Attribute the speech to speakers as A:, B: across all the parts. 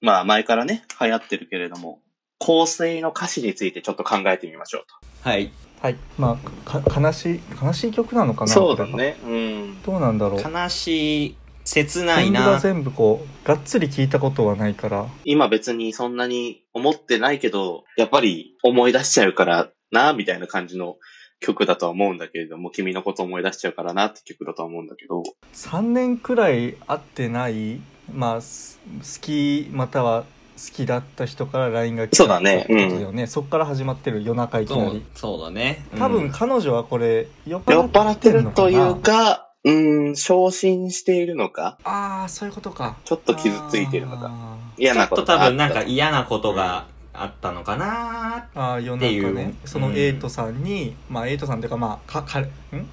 A: まあ前からね、流行ってるけれども、香水の歌詞についてちょっと考えてみましょう
B: はい。
C: はいまあか悲しい悲しい曲なの
A: と。
C: かな
A: そうだね。うん。
C: どうなんだろう
B: 悲しい、切ない
C: 全部
B: な
C: が。全部こうがっつり聞いたことはないから
A: 今別にそんなに思ってないけど、やっぱり思い出しちゃうからな、みたいな感じの曲だとは思うんだけれども、君のこと思い出しちゃうからなって曲だとは思うんだけど、
C: 3年くらい会ってないまあす好きまたは好きだった人から LINE が来た
A: そうだね
C: ってことだよねそっから始まってる夜中いき
B: そ
C: な
B: う
C: り、
B: そうだね。
C: 多
B: う
C: 分
B: ん
C: 彼女はこれ酔っ
A: 酔っ払ってるという
C: か
A: か、うん、昇進しているのか、
C: ああそういうことか
A: ちょっと傷ついてるのか、
C: あ
A: 嫌
B: ちょ
A: な
B: っ
A: こととが
B: 多
A: あった
B: 分なんか嫌なことがあったのかな
C: ーあー夜
B: ってい
C: 中
B: う
C: ねその
B: うん
C: エイトさんに、まあエイトさんっていうかまあかかん
A: あ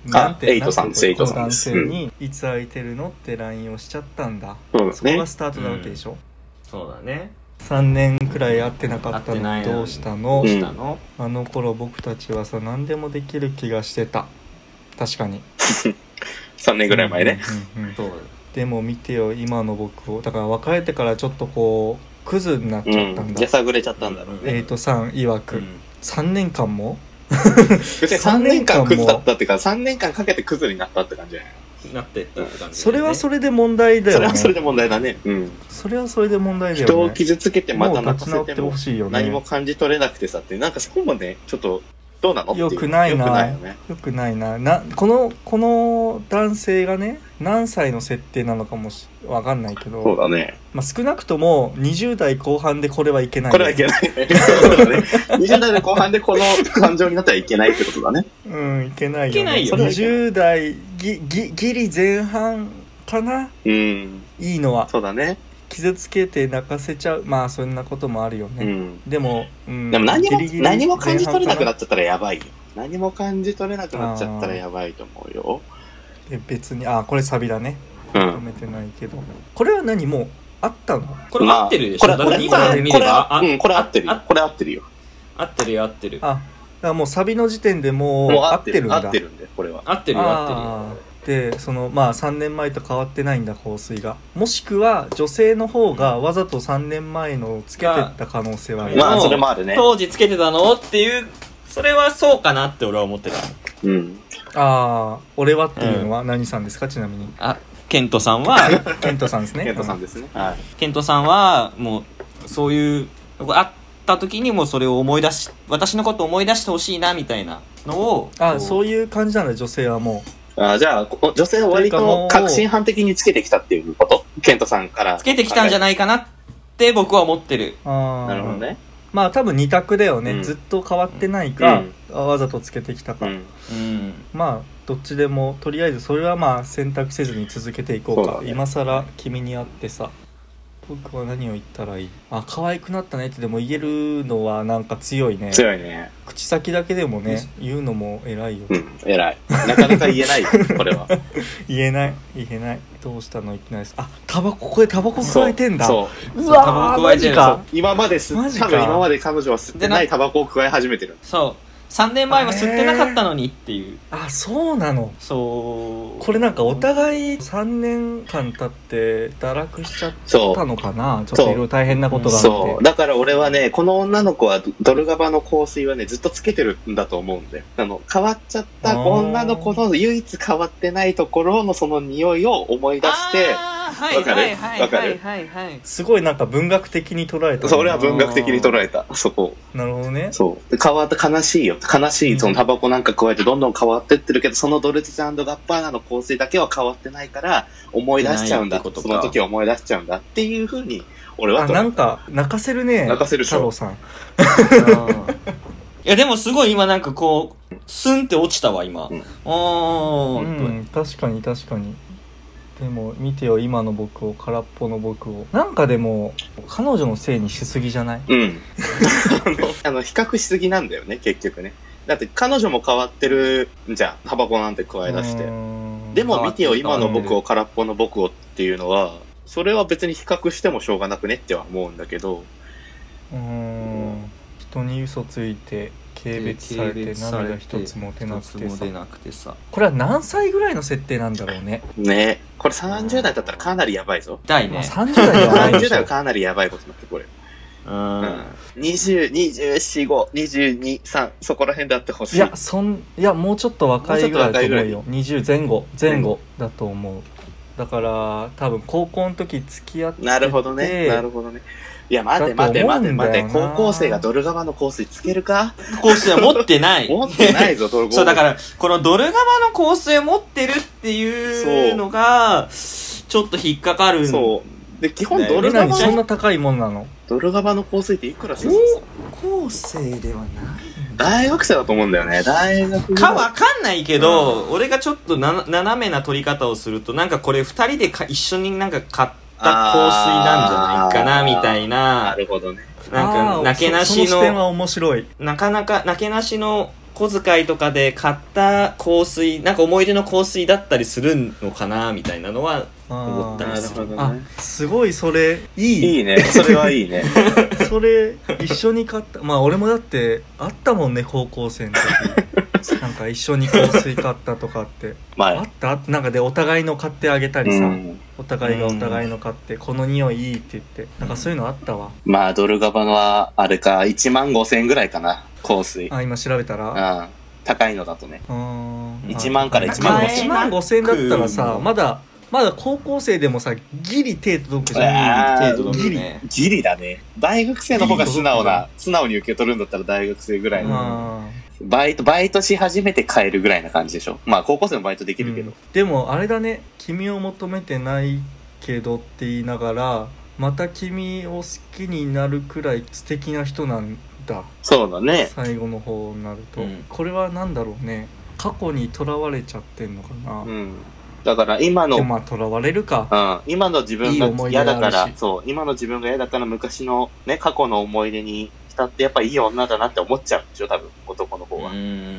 C: なんて
A: エイトさんです
C: なんて
A: エイトさんです
C: この男性に「いつ空いてるの?」って LINE をしちゃったんだ、
A: そう
C: そ
A: だ
C: こ
A: ね
C: が。スタートなわけでしょ、
B: そうだね。
C: 3年くらい会ってなかったの
B: 会っ
C: に
B: てないのに
C: どうした
B: ど
C: の
B: うしたの、
C: あの頃僕たちはさ何でもできる気がしてた確かに
A: 3年ぐらい前ね。、
C: うんうんうん
B: そう
C: でも見てよ今の僕をだから別れてからちょっとこうクズになっ
A: う
C: ちゃったん
A: ん。
C: だ、
A: やさぐれちゃったんだろうね。
C: エイトさん曰く、
B: うん
C: 3年間も
A: 別に3年間クズだったっていうか、3年間かけてクズになったって感じじゃない
B: なってったって感じだよね、
C: それはそ
B: れ
C: れで問題だ
A: そ
C: よ
A: れ
C: ね
A: はそれで問題だね。うん。
C: それはそれで問題だよね
A: 人を傷つけてまた
C: もう
A: 泣
C: 立ち
A: か
C: 直
A: せ
C: ってて
A: も
C: ほしいよね
A: 何も感じ取れなくてさって、なんかそこもね、ちょっとどうなのっていう。
C: よくないな
A: よくないよね。
C: よくないななこのこの男性がね何歳の設定なのかもしわかんないけど
A: そうだね。
C: まあ、少なくとも20代後半でこれはいけない
A: これはいけない。 そうだね。20代の後半でこの感情になってはいけないってことだね。
C: うんいけないよ、ね、
B: いけないよ
C: 20代ぎぎギリ前半かな
A: うん。
C: いいのは
A: そうだね。
C: 傷つけて泣かせちゃうまあそんなこともあるよ
A: う
C: ね、
A: ん。
C: でも、うん、
A: でも何も、
C: ギリギリ
A: 何も感じ取れなくな
C: 前半か
A: っちゃったらやばいよ。何も感じ取れなくなっちゃったらやばいと思うよ。
C: なえ別にあこれサビだね
A: う
C: 止
A: ん。
C: めてないけどこれは何もうあったの
B: これ合ってるでしょ、
A: まあ
B: だ
A: こ
B: か
A: れ、これ、
B: ら2
A: これ
B: 番見れば
A: これうん、これ合ってるよ
B: あ。
A: これ合ってるよ。
B: 合ってるよ合ってる
C: あだからもうサビの時点でもう
A: もう
C: 合
A: 合っ
C: っててるん
A: る。合
C: だ
A: ってるんで、これは。
B: 合ってるよ合ってるよ
C: あーでそのまあ3年前と変わってないんだ香水がもしくは女性の方がわざと3年前のをつけてった可能性はある
B: うん
A: まあ、それもあるね。
B: 当時つけてたのっていうそれはそうかなって俺は思ってた
A: うん。
C: ああ俺はっていうのは何さんですか、ちなみに
B: あケントさ んは
C: ケントさんですね
A: ケントさんですね。はい。
B: ケントさんはもうそういうあった時にもうそれを思い出し私のこと思い出してほしいなみたいなのを
C: ああそう
B: いう
C: いう感じなんだ女性はも
A: あじゃあ、こ女性は割
C: というか
A: と
C: もう
A: 確信犯的につけてきたっていうことケントさんから。
B: つけてきたんじゃ
A: ない
B: ないかなって僕は思ってる
C: うああ
A: なるほどね。
C: まあ多分2択だよね、
A: うん
C: ずっと変わってないか、わざとつけてきた
A: う
C: か、
A: ん。
B: うん
C: まあどっちでもとりあえずそれはまあ選択せずに続けていこ
A: そうう
C: か
A: だね
C: 今さら君に会ってさ僕は何を言ったらいいあ可愛くなったねってでも言えるのはなんか強いね
A: 強いね。
C: 口先だけでもね言うのも偉いよ、
A: うん。偉い。なかなか言え ないよ、これは。
C: 言えない言えないどうしたのいきなりあタバコこれタバコ加えてんだ
A: そう。
C: う
B: そうタバ
C: わ
B: コ
C: ー
B: 加
C: マ
B: えて
C: ジ
B: る
C: か
A: 今まで吸
C: マ
A: っ
C: ジ
A: 多
C: か
A: 分今まで彼女は吸ってないタバコを加え始めてる。
B: そう3年前は吸ってなかったのにっていう
C: あそうなの
B: そう
C: これなんかお互い3年間経って堕落しちゃったのかなちょ
A: う
C: っといろいろ大変なことがあって
A: そう。だから俺はね、この女の子はドドルガバの香水はね、ずっとつけてるんだと思うんだよ。あの、変わっちゃった女の子の唯一変わってないところのその匂いを思い出して、
B: あーはい
A: わかる
B: はいはい
A: わかる
B: はいはいはい
C: すごいなんか文学的に捉えたね
A: それは文学的に捉えた、そこを。
C: なるほどね
A: そう。変わった、悲しいよ。悲しい、そのタバコなんか加えてどんどん変わってってるけど、そのドルチェガッパーナの香水だけは変わってないから、思い出しちゃうんだ。
B: 変わってないってこと
A: そ
B: か
A: の時は思い出しちゃうんだっていうふうに、俺は
C: あ
A: と
C: なんか泣かせるね
A: 泣かせるでしょ
C: 太郎さん
B: いやでもすごい今なんかこうスンって落ちたわ今、
A: うん
B: お
C: う
B: ーん
C: ん確かに確かにでも見てよ今の僕を空っぽの僕をなんかでも彼女のせいにしすぎじゃない
A: うん。 あの、比較しすぎなんだよね、結局ね。だって彼女も変わってるじゃん。タバコなんて加え出し
C: う
A: て。
C: ーん
A: でも見てよ、
B: 変
A: 今
B: わってる
A: の僕を空っぽの僕をっていうのは、それは別に比較してもしょうがなくねっては思うんだけど、
C: うーん人に嘘ついて軽蔑されて涙一つも出なくて
B: 一つ
C: さ
B: も出なくてさ
C: これは何歳ぐらいの設定なんだろうね、
A: ねこれ30代だったらかなりやばいぞ。
B: 痛い
C: ま
B: ね
C: あ、30代ではないで
A: 30
C: しょ
A: 代はかなりやばいことになってこれ。
B: うん
A: うん。20、24、5、22、3、そこら辺であってほしい。
C: いやそんいやもうちょっと若いぐらいだと思うよ20前後前後だと思うだから多分高校の時付き合ってて
A: なるほどね。なるほどね。いや、待て
C: だ
A: 待
C: と
A: て
C: 思
A: 待
C: う
A: て
C: んだよ
A: 待
C: な
A: て。高校生がドル側の香水つけるか
B: 香水は持ってない
A: 持ってないぞ、ドル。
B: そうだかららこのドル側の香水を持ってるっていうのがちょっと引っかかる
A: そう。で、基本ド
C: え
A: ル
B: ね
A: 側
C: 何そん
A: の、
C: な高いものなの
A: ドル側の香水っていくらするの
B: 高校生ではない
A: 大学生だと思うんだよね。大学
B: かわかんないけど、俺がちょっとな斜めな取り方をするとなんかこれ二人でか一緒になんか買った香水なんじゃないかな
A: あー
B: みたい
A: な
B: な
A: るほどね。
B: なん
C: あ
B: か
C: ー
B: なけな
C: そ
B: し
C: その視点
B: の
C: は面白い
B: なかなかなけなしの小遣いとかで買った香水なんか思い出の香水だったりするのかなみたいなのは
C: あ
B: 思った
C: ー
A: なるほど
C: あ
A: ね。
C: すごいそれいい
A: いいね。それはいいね。
C: それ一緒に買ったまあ俺もだってあったもんね高校生の時なんか一緒に香水買ったとかって あ
A: ま
C: ったあったなんかでお互いの買ってあげた
A: あ、
C: りさ、
A: うん
C: お互いがお互いの買って、この匂いいいって言ってなんかそういうのあったわ
A: まあ、ドルガバのは、あれか、1万5千円ぐらいかな、香水。
C: あ今調べたら
A: うん。高いのだとね。
C: うーん
A: 1万から
B: 1万5千
C: 1万5千だったら
B: う
C: さ
B: ん
C: まだまだ高校生でもさギリ手届くじゃん
A: あー
B: 程度のね
A: ギリだね。大学生の方が素直な、素直に受け取るんだったら大学生ぐらい
B: ー
A: の。
C: あー
A: バイト、バイトし始めて買えるぐらいな感じでしょ。まあ、高校生もバイトできるけど。
C: うんでもあれだね「君を求めてないけど」って言いながらまた君を好きになるくらい素敵な人なんだ
A: そうだね。
C: 最後の方になると、
B: うん
C: これは何だろうね過去にとらわれちゃってんのかな、
A: うん。だから今の、
C: で
A: う
C: もまあとらわれるか
A: ん、今の自分
C: いい思
A: が
C: い出
A: 嫌
C: があ
A: だ
C: るし
A: から、そう、今の自分が嫌だから昔のね、過去の思い出に浸って、やっぱいい女だなって思っちゃうんでしょ、多分、男の方は。
B: うん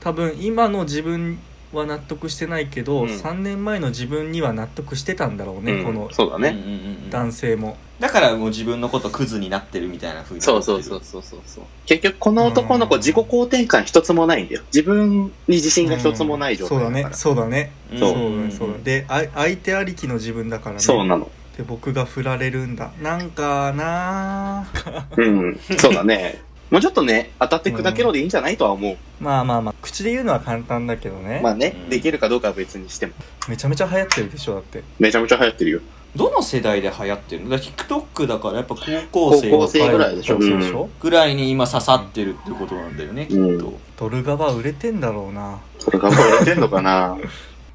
C: 多分今の自分は納得してないけど、
A: うん
C: 3年前の自分には納得してたんだろうね、
A: うん
C: この
A: そうだ
B: うんう
A: ね。
B: んうんうん
C: 男性も
B: だからもう自分のことクズになってるみたいな風になって
A: そ
B: る
A: うそうそうそうそうそう。結局、この男の子、自己肯定感一つもないんだよ。自分に自信が一つもない状態だから。
C: うんそうだねそうだね
A: そう
C: そうだねそうだねであ相手ありきの自分だからね
A: そうなの。
C: で僕が振られるんだなんかなあ
A: うん。そうだね。もうちょっとね、当たって砕けろでいいんじゃないとは思う。
C: まあまあまあ口で言うのは簡単だけどね、
A: まあね
B: う、ん
A: できるかどうかは別にしても。
C: めちゃめちゃ流行ってるでしょだって
A: めちゃめちゃ流行ってるよ。
B: どの世代で流行ってるのだから TikTok だからやっぱ高校
A: 高
B: 生
A: 校生ぐらいでしょ。
C: 高校生でしょ
A: うん
B: ぐらいに今刺さってるってことなんだよねきっと、
A: うん
C: ドルガバ売れてんだろうな
A: それ頑張れてんのかな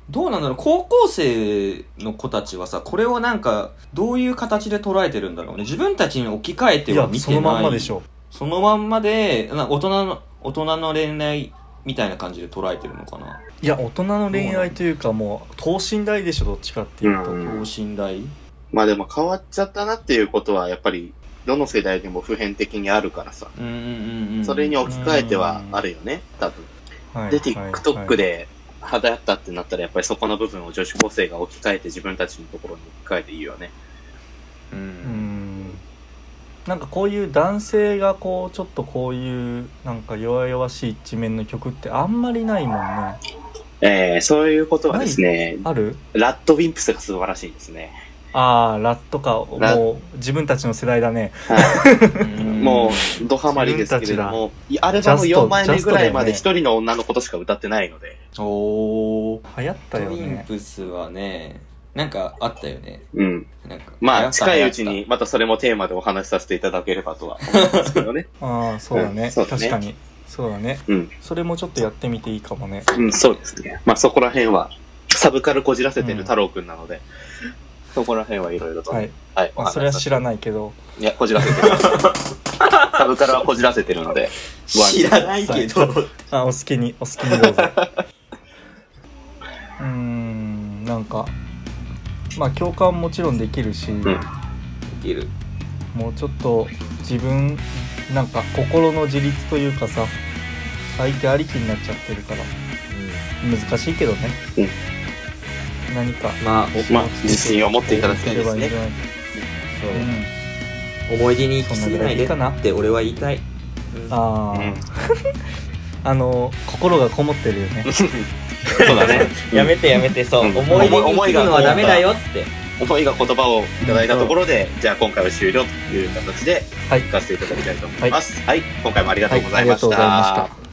B: どうなんだろう高校生の子たちはさこれをなんかどういう形で捉えてるんだろうね自分たちに置き換え
C: い
B: ては
C: や
B: 見て
C: そ
B: ない
C: のまんまでしょ
B: そのまんまでな大人の大人の恋愛みたいな感じで捉えてるのかない
C: や大人の恋愛というかもう等身大でしょどっちかっていうと、
A: う
B: 等
A: ん
B: 身大
A: まあでも変わっちゃったなっていうことは、やっぱり、どの世代でも普遍的にあるからさ。
B: うんうんうんうん
A: それに置き換えてはあるよね、多分。
C: はい
A: で、
C: はい
A: TikTok で流行ったってなったら、やっぱりそこの部分を女子高生が置き換えて自分たちのところに置き換えていいよね。
B: う
C: うんんなんかこういう男性がこうちょっとこういうなんか弱々しい一面の曲ってあんまりないもんね
A: えー、そういうことはですね、
C: ある
A: ラッドウィンプスが素晴らしいですね。あ
C: ああラットか
A: ラ
C: もう自分たちの世代だね
B: うん
A: もう、ドハマりですけれども、いアルバム
C: ジャスト
A: 4枚目ぐらいまで
C: ジャス
A: 一人の女の子としか歌ってないので。
B: おー
C: 流行ったよ
B: トリン
C: ね
B: プスはねなんかあったよね
A: うん。
B: なんか
A: まあ、近いうち
B: 流行
A: に
B: っ、
A: またそれもテーマでお話しさせていただければとは思うんですけどね。
C: ああそうだね,、
A: うんそうだね
C: 確かにそうだね
A: うん。
C: それもちょっとやってみていいかもね
A: うん、そうですね。まあ、そこら辺は、サブカルこじらせて
C: うん
A: る太郎くんなので、そこら辺はいろいろと、
C: は
A: はいい、、お
C: ま
A: 話
C: あ、
A: し
C: それは
A: させ
C: 知らないけど
A: いや、こじらせてる。サブカルはこじらせてるので、
B: た知らないけど
C: あお好きにお好きに どうぞうーんなんかまあ共感もちろんできるし、
A: うん。
B: いける
C: もうちょっと自分なんか心の自立というかさ相手ありきになっちゃってるから難しいけどね、何か
B: まあ
A: まあ、自信を持っていただきた
C: す
A: い
C: れ
A: で
C: ば
A: す
C: いいんじ
A: ね。
C: ゃない、
B: 思い出に行き過ぎな
C: そん
B: いで
C: なぐらいでいいかな
B: って俺は言いたい
C: ああ、
B: うん。
C: あの心がこもってるよね
A: そうだね
B: やめてやめて、そう。
A: うん
B: 思い出に
A: 思
B: 生
A: い
B: き
A: が
B: るのはダメだよって。
A: 思いが言葉をいただいたところで、じゃあ今回は終了という形で、
C: はい
A: 行かせていただきたいと思います。はい、今回もありがとうございました。
C: はいありがとうございました